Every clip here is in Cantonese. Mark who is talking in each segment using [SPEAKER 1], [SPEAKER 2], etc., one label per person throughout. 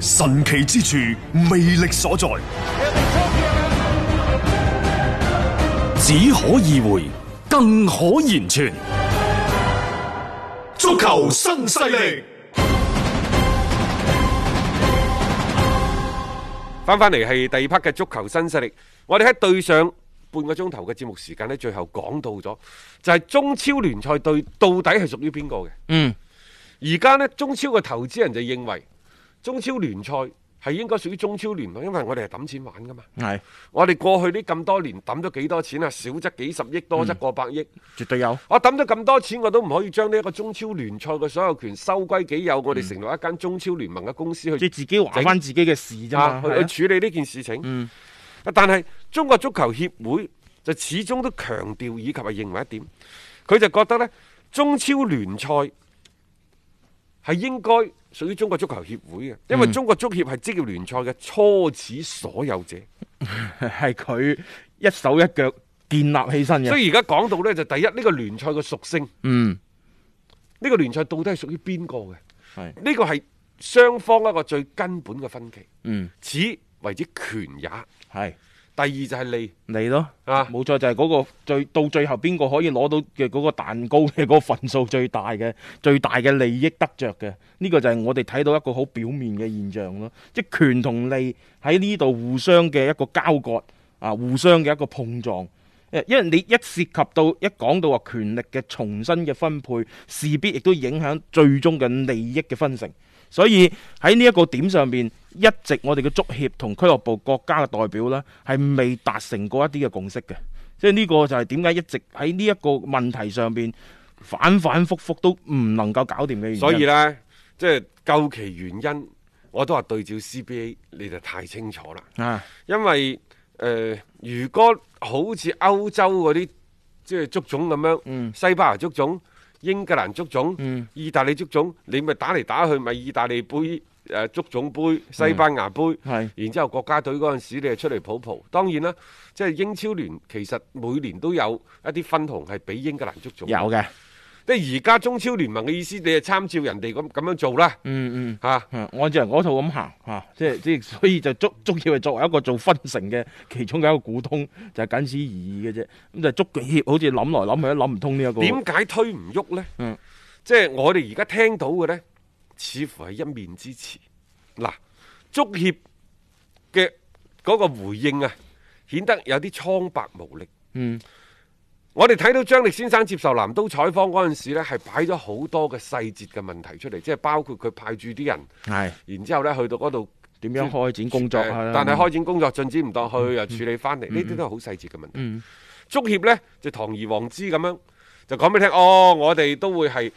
[SPEAKER 1] 神奇之處，魅力所在，
[SPEAKER 2] 只可意會，更可言傳。
[SPEAKER 1] 足球新勢力。
[SPEAKER 3] 翻翻嚟係第二 part 嘅足球新勢力，我哋喺對上半個鐘頭嘅節目時間呢，最後講到咗就係、中超聯賽隊到底係屬於邊個嘅？
[SPEAKER 4] 嗯，
[SPEAKER 3] 而家呢，中超嘅投資人就認為中超聯賽係應該屬於中超聯盟，因為我哋係抌錢玩噶嘛。
[SPEAKER 4] 係
[SPEAKER 3] 我哋過去呢咁多年抌咗幾多錢啊？少則幾十億，多
[SPEAKER 4] 嗯
[SPEAKER 3] 則過百億。
[SPEAKER 4] 絕對有。
[SPEAKER 3] 我抌咗咁多錢，我都唔可以將呢一個中超聯賽嘅所有權收歸己有，我哋成立一間中超聯盟嘅公司去
[SPEAKER 4] 嗯即係自己話翻自己嘅事啫
[SPEAKER 3] 啊
[SPEAKER 4] 嘛，係啊
[SPEAKER 3] 去去處理呢件事情。嗯、但係中國足球協會就始終都強調以及係認為一點，佢就覺得呢中超聯賽係應該屬於中國足球協會嘅，因為
[SPEAKER 4] 嗯
[SPEAKER 3] 中國足協係職業聯賽嘅初始所有者。
[SPEAKER 4] 係佢一手一腳建立起身嘅。
[SPEAKER 3] 所以而家講到呢，就第一呢、個聯賽嘅屬性，
[SPEAKER 4] 嗯，
[SPEAKER 3] 呢、個聯賽到底係屬於邊個嘅？
[SPEAKER 4] 係
[SPEAKER 3] 呢個係雙方一個最根本嘅分歧。
[SPEAKER 4] 嗯，
[SPEAKER 3] 此為之權也。
[SPEAKER 4] 係
[SPEAKER 3] 第二就係利。
[SPEAKER 4] 你咯，
[SPEAKER 3] 啊
[SPEAKER 4] 冇錯就係嗰個最到最後邊個可以攞到嘅嗰個蛋糕嘅嗰個份數最大嘅 最大嘅利益得着嘅，呢、個就係我哋睇到一個好表面嘅現象咯，即係權同利喺呢度互相嘅一個交割啊，互相嘅一個碰撞。誒，因為你一涉及到一講到話權力嘅重新嘅分配，勢必亦都影響最終嘅利益嘅分成。所以喺呢一個點上面，一直我哋嘅足協同俱樂部國家嘅代表呢，係未達成過一啲嘅共識嘅。即係呢個就係點解一直喺呢一個問題上面反反覆覆都唔能夠搞掂嘅原因。
[SPEAKER 3] 所以呢，即係究其原因，我都話對照 CBA，你就太清楚啦。
[SPEAKER 4] 啊，
[SPEAKER 3] 因為誒、呃如果好似歐洲嗰啲即係足總咁樣，
[SPEAKER 4] 嗯
[SPEAKER 3] 西班牙足總、英格蘭足總、
[SPEAKER 4] 嗯
[SPEAKER 3] 意大利足總，你咪打嚟打去，咪意大利杯、誒、足總
[SPEAKER 4] 嗯
[SPEAKER 3] 杯、西班牙杯，
[SPEAKER 4] 係
[SPEAKER 3] 然之後國家隊嗰陣時，你係出嚟抱抱。當然啦，即係英超聯其實每年都有一啲分紅係俾英格蘭足總嘅。
[SPEAKER 4] 有嘅，
[SPEAKER 3] 即係而家中超聯盟嘅意思，你係參照人哋咁咁樣做啦，
[SPEAKER 4] 嗯嗯。
[SPEAKER 3] 嚇、
[SPEAKER 4] 啊按照人嗰套咁行嚇、啊即係即係，所以就足足協係作為一個做分成嘅其中嘅一個股東，就係、僅此而已嘅啫。咁就足協好似諗來諗去都諗唔通呢一個。
[SPEAKER 3] 點解推唔喐呢？
[SPEAKER 4] 嗯
[SPEAKER 3] 即係我哋而家聽到嘅呢，似乎係一面之詞。嗱，足協嘅嗰個回應啊，顯得有啲蒼白無力。
[SPEAKER 4] 嗯，
[SPEAKER 3] 我哋睇到張力先生接受南都採訪嗰陣時咧，係擺咗好多嘅細節嘅問題出嚟，即係包括佢派住啲人，
[SPEAKER 4] 係
[SPEAKER 3] 然之後呢去到嗰度
[SPEAKER 4] 點樣開展工作
[SPEAKER 3] 誒
[SPEAKER 4] 啊？
[SPEAKER 3] 但係開展工作進展唔當去，又處理翻嚟，呢啲都係好細節嘅問題。足協呢，就堂而皇之咁樣就講俾你聽，哦，我哋都會係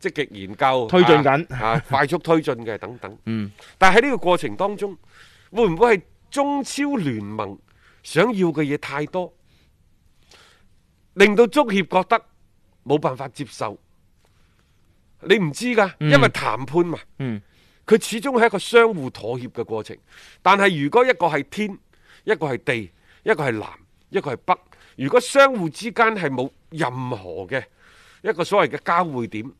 [SPEAKER 3] 積極研究、
[SPEAKER 4] 推進緊
[SPEAKER 3] 啊啊快速推進嘅等等。
[SPEAKER 4] 嗯
[SPEAKER 3] 但係喺呢個過程當中，會唔會係中超聯盟想要嘅嘢太多，令到足協覺得冇辦法接受？你唔知㗎，因為談判嘛。
[SPEAKER 4] 嗯
[SPEAKER 3] 佢始終係一個相互妥協嘅過程。但係如果一個係天，一個係地，一個係南，一個係北，如果相互之間係冇任何嘅一個所謂嘅交匯點，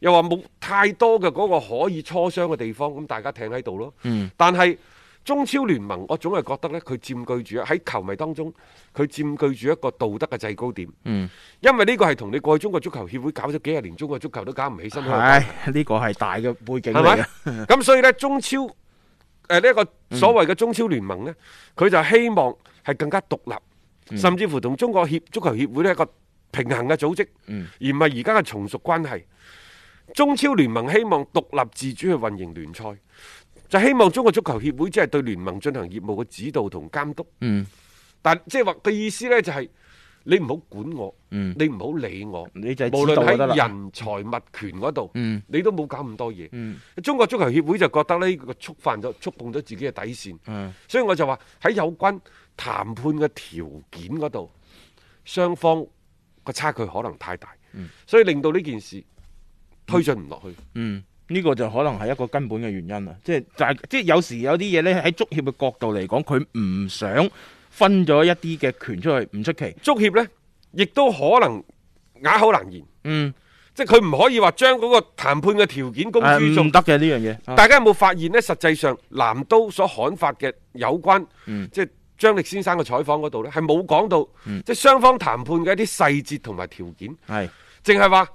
[SPEAKER 3] 又話冇太多嘅嗰個可以磋商嘅地方，咁大家停喺度咯。
[SPEAKER 4] 嗯
[SPEAKER 3] 但係中超聯盟，我總係覺得呢，佢佔據住喺球迷當中，佢佔據住一個道德嘅制高點。
[SPEAKER 4] 嗯，
[SPEAKER 3] 因為呢個係同你過去中國足球協會搞咗幾十年中國足球都搞唔起身。
[SPEAKER 4] 係呢個係大嘅背景
[SPEAKER 3] 係
[SPEAKER 4] 嚟嘅。
[SPEAKER 3] 咪？咁所以呢，中超誒呢一個所謂嘅中超聯盟呢，佢就希望係更加獨立，
[SPEAKER 4] 嗯
[SPEAKER 3] 甚至乎同中國協足球協會呢一個平衡嘅組織，
[SPEAKER 4] 嗯
[SPEAKER 3] 而唔係而家嘅從屬關係。中超聯盟希望獨立自主去運營聯賽，就希望中國足球協會只係對聯盟進行業務嘅指導同監督。
[SPEAKER 4] 嗯，
[SPEAKER 3] 但即係話嘅意思呢，就係、你唔好管我，
[SPEAKER 4] 嗯
[SPEAKER 3] 你唔好理我，
[SPEAKER 4] 你就係
[SPEAKER 3] 無
[SPEAKER 4] 指
[SPEAKER 3] 論
[SPEAKER 4] 導就得啦
[SPEAKER 3] 喺人財物權嗰度，
[SPEAKER 4] 嗯
[SPEAKER 3] 你都冇搞咁多嘢。
[SPEAKER 4] 嗯
[SPEAKER 3] 中國足球協會就覺得呢個觸犯咗、觸碰咗自己嘅底線，
[SPEAKER 4] 嗯
[SPEAKER 3] 所以我就話喺有關談判嘅條件嗰度，雙方個差距可能太大，所以令到呢件事推進唔落去。
[SPEAKER 4] 嗯，呢、個就可能係一個根本嘅原因啦。即係就係即係有時有啲嘢呢，喺足協嘅角度嚟講，佢唔想分咗一啲嘅權出去，唔出奇。
[SPEAKER 3] 足協呢，亦都可能啞口難言，
[SPEAKER 4] 嗯，
[SPEAKER 3] 即係佢唔可以話將嗰個談判嘅條件公
[SPEAKER 4] 誒
[SPEAKER 3] 諸於眾
[SPEAKER 4] 啊唔。得嘅呢樣嘢。啊
[SPEAKER 3] 大家有冇發現呢？實際上南都所刊發嘅有關，
[SPEAKER 4] 嗯
[SPEAKER 3] 即係張力先生嘅採訪嗰度呢，係冇講到，即係雙方談判嘅一啲細節同埋條件，
[SPEAKER 4] 係
[SPEAKER 3] 淨係話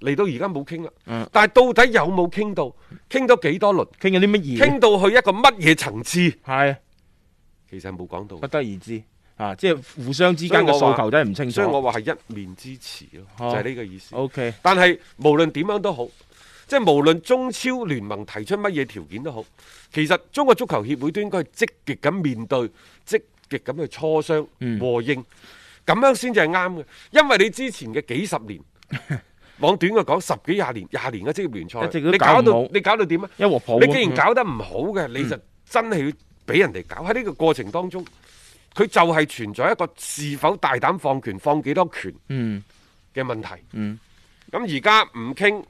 [SPEAKER 3] 嚟到而家冇傾啦。
[SPEAKER 4] 嗯
[SPEAKER 3] 但係到底有冇傾到？傾咗幾多輪？
[SPEAKER 4] 傾緊啲乜嘢？
[SPEAKER 3] 傾到去一個乜嘢層次？
[SPEAKER 4] 係
[SPEAKER 3] 其實冇講
[SPEAKER 4] 不
[SPEAKER 3] 到。
[SPEAKER 4] 得而知啊！即係互相之間嘅訴求真係唔清楚。
[SPEAKER 3] 所以我話係一面之詞咯，
[SPEAKER 4] 哦
[SPEAKER 3] 就係呢個意思。
[SPEAKER 4] O K，
[SPEAKER 3] 但係無論點樣都好，即係無論中超聯盟提出乜嘢條件都好，其實中國足球協會都應該係積極咁面對，積極咁去磋商、
[SPEAKER 4] 嗯
[SPEAKER 3] 和應，咁樣先至係啱嘅。因為你之前嘅幾十 年，往短嘅講十幾廿年、廿年嘅職業聯
[SPEAKER 4] 一
[SPEAKER 3] 賽，
[SPEAKER 4] 直都
[SPEAKER 3] 你搞
[SPEAKER 4] 搞唔好嗯
[SPEAKER 3] 到你搞到點啊？
[SPEAKER 4] 一鑊泡。
[SPEAKER 3] 你既然搞得唔好嘅，你就真係要俾人哋搞。喺呢個過程當中，佢就係存在一個是否大膽放權、放幾多權
[SPEAKER 4] 嗯
[SPEAKER 3] 嘅問題。
[SPEAKER 4] 嗯
[SPEAKER 3] 咁而家唔傾，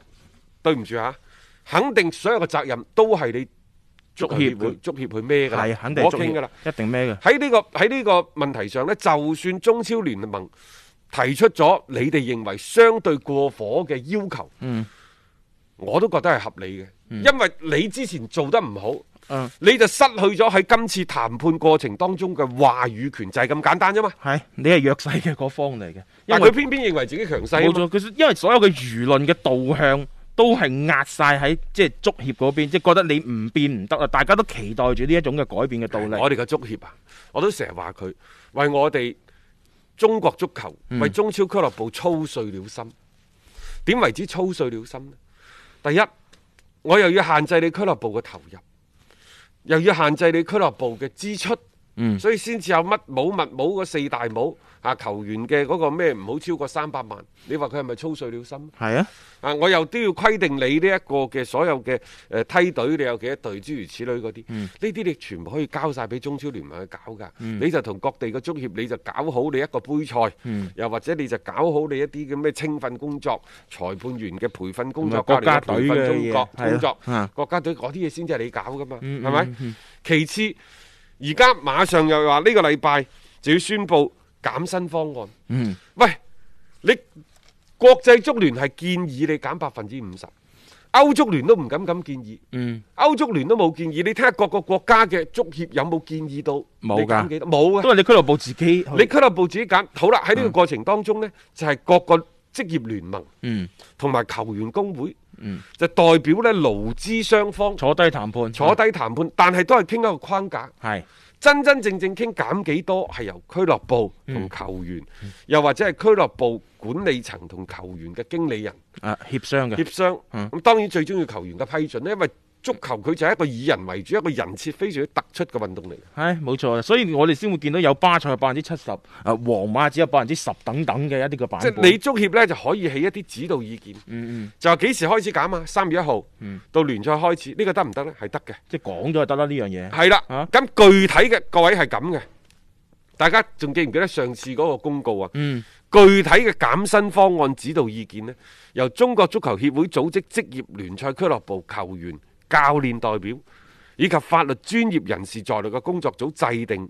[SPEAKER 3] 對唔住嚇，肯定所有嘅責任都係你足球協會、足協去孭㗎啦，
[SPEAKER 4] 係肯定
[SPEAKER 3] 我
[SPEAKER 4] 足協
[SPEAKER 3] 傾㗎啦。
[SPEAKER 4] 一定咩嘅？
[SPEAKER 3] 喺呢、個喺呢個問題上呢，就算中超聯盟提出咗你哋認為相對過火嘅要求，
[SPEAKER 4] 嗯
[SPEAKER 3] 我都覺得係合理嘅，因為你之前做得唔好。
[SPEAKER 4] 嗯
[SPEAKER 3] 你就失去咗喺今次談判過程當中嘅話語權，就係、咁簡單啫嘛。
[SPEAKER 4] 係你係弱勢嘅嗰方嚟嘅，因
[SPEAKER 3] 但
[SPEAKER 4] 為
[SPEAKER 3] 佢偏偏認為自己強勢啊
[SPEAKER 4] 冇
[SPEAKER 3] 嘛
[SPEAKER 4] 錯，佢因為所有嘅輿論嘅導向都係壓晒喺即係足協嗰邊，即係覺得你唔變唔得啊！大家都期待住呢一種嘅改變嘅道理。
[SPEAKER 3] 我哋嘅足協啊，我都成日話佢為我哋中國足球、
[SPEAKER 4] 嗯
[SPEAKER 3] 為中超俱樂部操碎了心。點為之操碎了心呢？第一，我又要限制你俱樂部嘅投入，又要限制你俱樂部嘅支出，
[SPEAKER 4] 嗯
[SPEAKER 3] 所以先至有乜帽乜帽嗰四大帽啊，球員嘅嗰個咩唔好超過三百萬。你話佢係咪操碎了心？
[SPEAKER 4] 係啊，
[SPEAKER 3] 啊，我又都要規定你呢一個嘅所有嘅誒、呃梯隊，你有幾多隊，諸如此類嗰啲，
[SPEAKER 4] 嗯
[SPEAKER 3] 呢啲、你全部可以交晒俾中超聯盟去搞㗎。你就同各地嘅足協，你就搞好你一個杯賽，
[SPEAKER 4] 嗯
[SPEAKER 3] 又或者你就搞好你一啲嘅咩青訓工作、裁判員嘅培訓工作、
[SPEAKER 4] 同埋國家
[SPEAKER 3] 教練嘅培訓
[SPEAKER 4] 隊嘅
[SPEAKER 3] 中國
[SPEAKER 4] 嘢
[SPEAKER 3] 工作
[SPEAKER 4] 係啊，
[SPEAKER 3] 國家隊嗰啲嘢先至係你搞㗎嘛，
[SPEAKER 4] 嗯
[SPEAKER 3] 係咪？其次，而家馬上又話呢個禮拜就要宣布減薪方案。
[SPEAKER 4] 嗯，
[SPEAKER 3] 喂，你國際足聯係建議你減百分之五十，歐足聯都唔敢咁建議，
[SPEAKER 4] 嗯，
[SPEAKER 3] 歐足聯都冇建議。你睇下各個國家嘅足協有冇建議到
[SPEAKER 4] 冇㗎
[SPEAKER 3] 你減幾多？冇
[SPEAKER 4] 都
[SPEAKER 3] 啊！
[SPEAKER 4] 係你俱樂部自己去。
[SPEAKER 3] 你俱樂部自己減，好啦，喺呢個過程當中呢，就係、各個職業聯盟
[SPEAKER 4] 嗯
[SPEAKER 3] 同埋球員工會，
[SPEAKER 4] 嗯
[SPEAKER 3] 就代表呢勞資雙方
[SPEAKER 4] 坐低談判，嗯
[SPEAKER 3] 坐低談判，但係都係傾一個框架。
[SPEAKER 4] 係
[SPEAKER 3] 真真正正傾減幾多係由俱樂部
[SPEAKER 4] 嗯
[SPEAKER 3] 同球員，又或者係俱樂部管理層同球員嘅經理人
[SPEAKER 4] 啊協商嘅
[SPEAKER 3] 協。商。咁、
[SPEAKER 4] 嗯
[SPEAKER 3] 當然最中意球員嘅批准咧，因為足球佢就係一個以人為主、一個人設非常之突出嘅運動嚟。
[SPEAKER 4] 係冇錯啦，所以我哋先會見到有巴塞百分之七十，啊皇馬只有百分之十等等嘅一啲嘅版
[SPEAKER 3] 即
[SPEAKER 4] 本。
[SPEAKER 3] 係你足協呢就可以起一啲指導意見，
[SPEAKER 4] 嗯嗯，嗯
[SPEAKER 3] 就話幾時開始減啊？三月一號、到聯賽開始，呢、個得唔得呢？係得嘅。
[SPEAKER 4] 即係講咗就得啦呢樣嘢。
[SPEAKER 3] 係啦，
[SPEAKER 4] 啊
[SPEAKER 3] 咁具體嘅各位係咁嘅，大家仲記唔記得上次嗰個公告啊？
[SPEAKER 4] 嗯，
[SPEAKER 3] 具體嘅減薪方案指導意見呢，由中國足球協會組織職業聯賽俱樂部球員、教練代表以及法律專業人士在內嘅工作組制定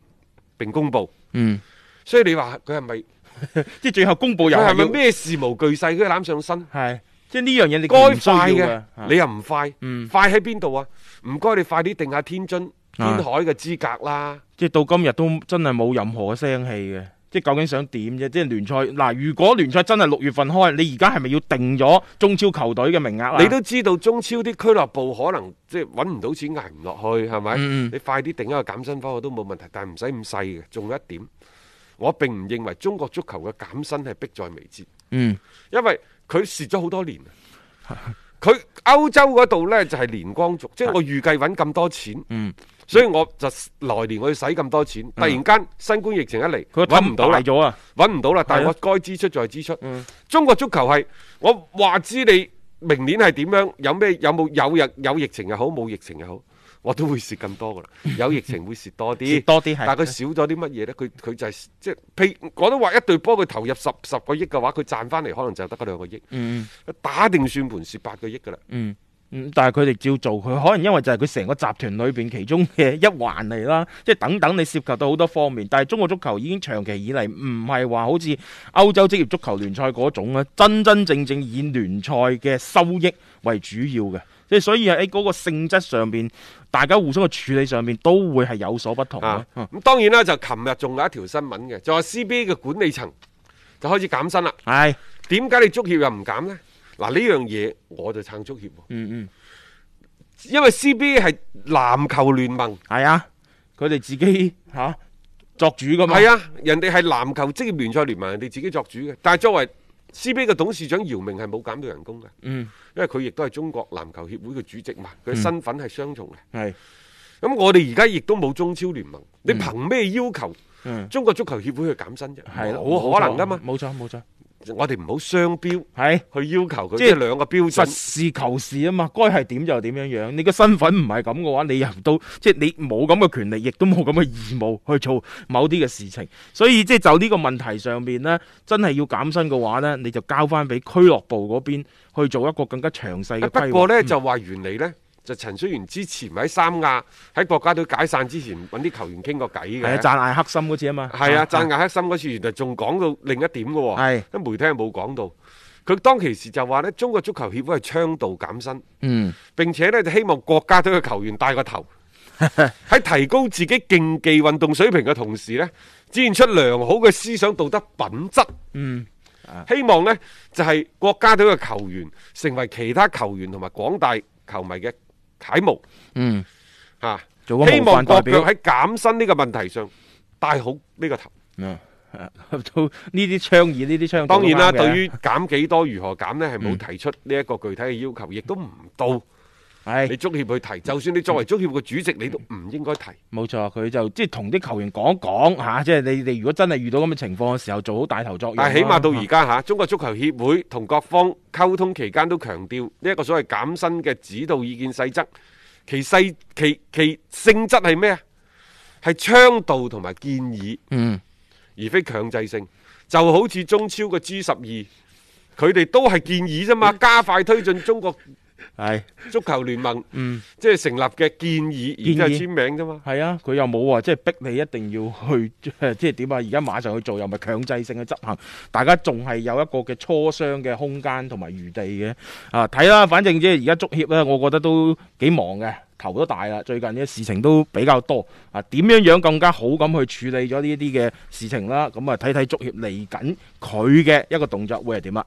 [SPEAKER 3] 並公佈。
[SPEAKER 4] 嗯，
[SPEAKER 3] 所以你話佢係咪
[SPEAKER 4] 即係最後公佈又
[SPEAKER 3] 佢係咪
[SPEAKER 4] 要
[SPEAKER 3] 咩事無巨細佢攬上身？
[SPEAKER 4] 係，即係呢樣嘢你
[SPEAKER 3] 該
[SPEAKER 4] 唔需
[SPEAKER 3] 快
[SPEAKER 4] 要
[SPEAKER 3] 嘅
[SPEAKER 4] 啊
[SPEAKER 3] 你又唔快，
[SPEAKER 4] 嗯
[SPEAKER 3] 快喺邊度啊？唔該，你快啲定下天津、天
[SPEAKER 4] 啊
[SPEAKER 3] 海嘅資格啦。
[SPEAKER 4] 即係到今日都真係冇任何嘅聲氣嘅，即係究竟想點啫？即係聯賽嗱，如果聯賽真係六月份開，你而家係咪要定咗中超球隊嘅名額啊
[SPEAKER 3] 你都知道中超啲俱樂部可能即係揾唔到錢捱唔落去，係咪？
[SPEAKER 4] 嗯嗯
[SPEAKER 3] 你快啲定一個減薪方案都冇問題，但係唔使咁細嘅。仲有一點，我並唔認為中國足球嘅減薪係迫在眉睫，
[SPEAKER 4] 嗯
[SPEAKER 3] 因為佢蝕咗好多年。啊 佢歐洲嗰度呢，就係連光族，即係我預計揾咁多錢，
[SPEAKER 4] 嗯，
[SPEAKER 3] 所以我就來年我要使咁多錢。突然間新冠疫情一嚟，
[SPEAKER 4] 佢
[SPEAKER 3] 揾唔到啦
[SPEAKER 4] 大。咗啊！
[SPEAKER 3] 揾唔到啦，但
[SPEAKER 4] 係
[SPEAKER 3] 係
[SPEAKER 4] 啊嗯
[SPEAKER 3] 我該支出就係支出。中國足球係我話知你明年係點樣，有咩有冇有日有疫情又好，冇疫情又好，我都會蝕咁多噶啦。 有疫情會蝕多啲，
[SPEAKER 4] 蝕多啲係
[SPEAKER 3] 但係佢少咗啲乜嘢呢？佢佢就係、即係譬如我都話一隊波佢投入十十個億嘅話，佢賺翻嚟可能就得嗰兩個億。
[SPEAKER 4] 嗯
[SPEAKER 3] 打定算盤蝕八個億噶啦。
[SPEAKER 4] 嗯。嗯但係佢哋照做，佢可能因為就係佢成個集團裏邊其中嘅一環嚟啦， 即係等等你涉及到好多方面。但係中國足球已經長期以嚟唔係話好似歐洲職業足球聯賽嗰種啊，真真正正以聯賽嘅收益為主要嘅，即係所以喺嗰個性質上邊，大家互相嘅處理上邊都會係有所不同嗯
[SPEAKER 3] 啊
[SPEAKER 4] 咯。，
[SPEAKER 3] 咁當然啦，就琴日仲有一條新聞嘅，就話 CBA 嘅管理層就開始減薪啦。
[SPEAKER 4] 係，
[SPEAKER 3] 點解你足協又唔減呢？嗱呢樣嘢我就撐足協喎，
[SPEAKER 4] 嗯嗯，
[SPEAKER 3] 因為 CBA 係籃球聯盟，
[SPEAKER 4] 係啊，佢哋自己嚇、啊作主噶嘛。
[SPEAKER 3] 係啊，人哋係籃球職業聯賽聯盟，人哋自己作主嘅。但係作為 CBA 嘅董事長姚明係冇減到人工嘅，
[SPEAKER 4] 嗯，
[SPEAKER 3] 因為佢亦都係中國籃球協會嘅主席嘛，佢身份係雙重嘅。
[SPEAKER 4] 係。
[SPEAKER 3] 咁、我哋而家亦都冇中超聯盟，你憑咩要求
[SPEAKER 4] 嗯
[SPEAKER 3] 中國足球協會去減薪啫？
[SPEAKER 4] 係啦
[SPEAKER 3] 冇可能噶嘛。
[SPEAKER 4] 冇錯冇錯，
[SPEAKER 3] 我哋唔好雙標去
[SPEAKER 4] 係
[SPEAKER 3] 要求佢，
[SPEAKER 4] 即
[SPEAKER 3] 即
[SPEAKER 4] 係
[SPEAKER 3] 係兩個標
[SPEAKER 4] 實
[SPEAKER 3] 準。
[SPEAKER 4] 事求是啊嘛，該係點就點樣樣。你個身份唔係咁嘅話，你又都即係你冇咁嘅權利，亦都冇咁嘅義務去做某啲嘅事情。所以即係就呢個問題上邊呢，真係要減薪嘅話呢，你就交翻俾俱樂部嗰邊去做一個更加詳細嘅規劃。
[SPEAKER 3] 不過呢，
[SPEAKER 4] 嗯
[SPEAKER 3] 就話原嚟呢，就陳戌源之前咪喺三亞喺國家隊解散之前揾啲球員傾過偈
[SPEAKER 4] 係啊，
[SPEAKER 3] 嘅。
[SPEAKER 4] 讚艾克森嗰次啊嘛，
[SPEAKER 3] 係啊，讚亞克森嗰次原來仲講到另一點嘅喎
[SPEAKER 4] 係，
[SPEAKER 3] 啲媒體係冇講到。佢當其時就話呢，中國足球協會係倡導減薪，
[SPEAKER 4] 嗯
[SPEAKER 3] 並且呢就希望國家隊嘅球員帶個 頭，喺提高自己競技運動水平嘅同時呢，展現出良好嘅思想道德品質。
[SPEAKER 4] 嗯
[SPEAKER 3] 希望呢就係、國家隊嘅球員成為其他球員同埋廣大球迷嘅楷模
[SPEAKER 4] 嗯，
[SPEAKER 3] 嚇。
[SPEAKER 4] 做個
[SPEAKER 3] 希
[SPEAKER 4] 模範
[SPEAKER 3] 望
[SPEAKER 4] 代
[SPEAKER 3] 國
[SPEAKER 4] 表
[SPEAKER 3] 腳。喺減薪呢個問題上帶好呢個頭。
[SPEAKER 4] 嗯啊到呢啲倡議，呢啲倡議
[SPEAKER 3] 當然啦，
[SPEAKER 4] 都啱嘅
[SPEAKER 3] 對於減幾多、如何減呢，係
[SPEAKER 4] 嗯
[SPEAKER 3] 冇提出呢一個具體嘅要求，亦都唔到
[SPEAKER 4] 係
[SPEAKER 3] 你足協去提。就算你作為足協嘅主席，你都唔應該提。
[SPEAKER 4] 冇錯，佢就即係同啲球員講講嚇，即係你哋如果真係遇到咁嘅情況嘅時候，做好帶頭作用啦。啊
[SPEAKER 3] 但係起碼到而家嚇，中國足球協會同各方溝通期間都強調呢一個所謂減薪嘅指導意見細則，其細其其性質係咩啊？係倡導同埋建議，
[SPEAKER 4] 嗯，
[SPEAKER 3] 而非強制性。就好似中超嘅 G 十二，佢哋都係建議啫嘛，
[SPEAKER 4] 嗯
[SPEAKER 3] 加快推進中國
[SPEAKER 4] 係
[SPEAKER 3] 足球聯盟，
[SPEAKER 4] 嗯
[SPEAKER 3] 即係成立嘅建議，然之後
[SPEAKER 4] 建
[SPEAKER 3] 簽名啫嘛。
[SPEAKER 4] 係啊，佢又冇話即係逼你一定要去 即係點啊？而家馬上去做，又唔係強制性嘅執行，大家仲係有一個嘅磋商嘅空間同埋餘地嘅啊！睇啦，反正即係而家足協咧，我覺得都幾忙嘅。頭都大啦，最近啲事情都比較多啊，點樣樣更加好咁去處理咗呢啲嘅事情啦？咁啊，睇睇足協嚟緊佢嘅一個動作會係點啊？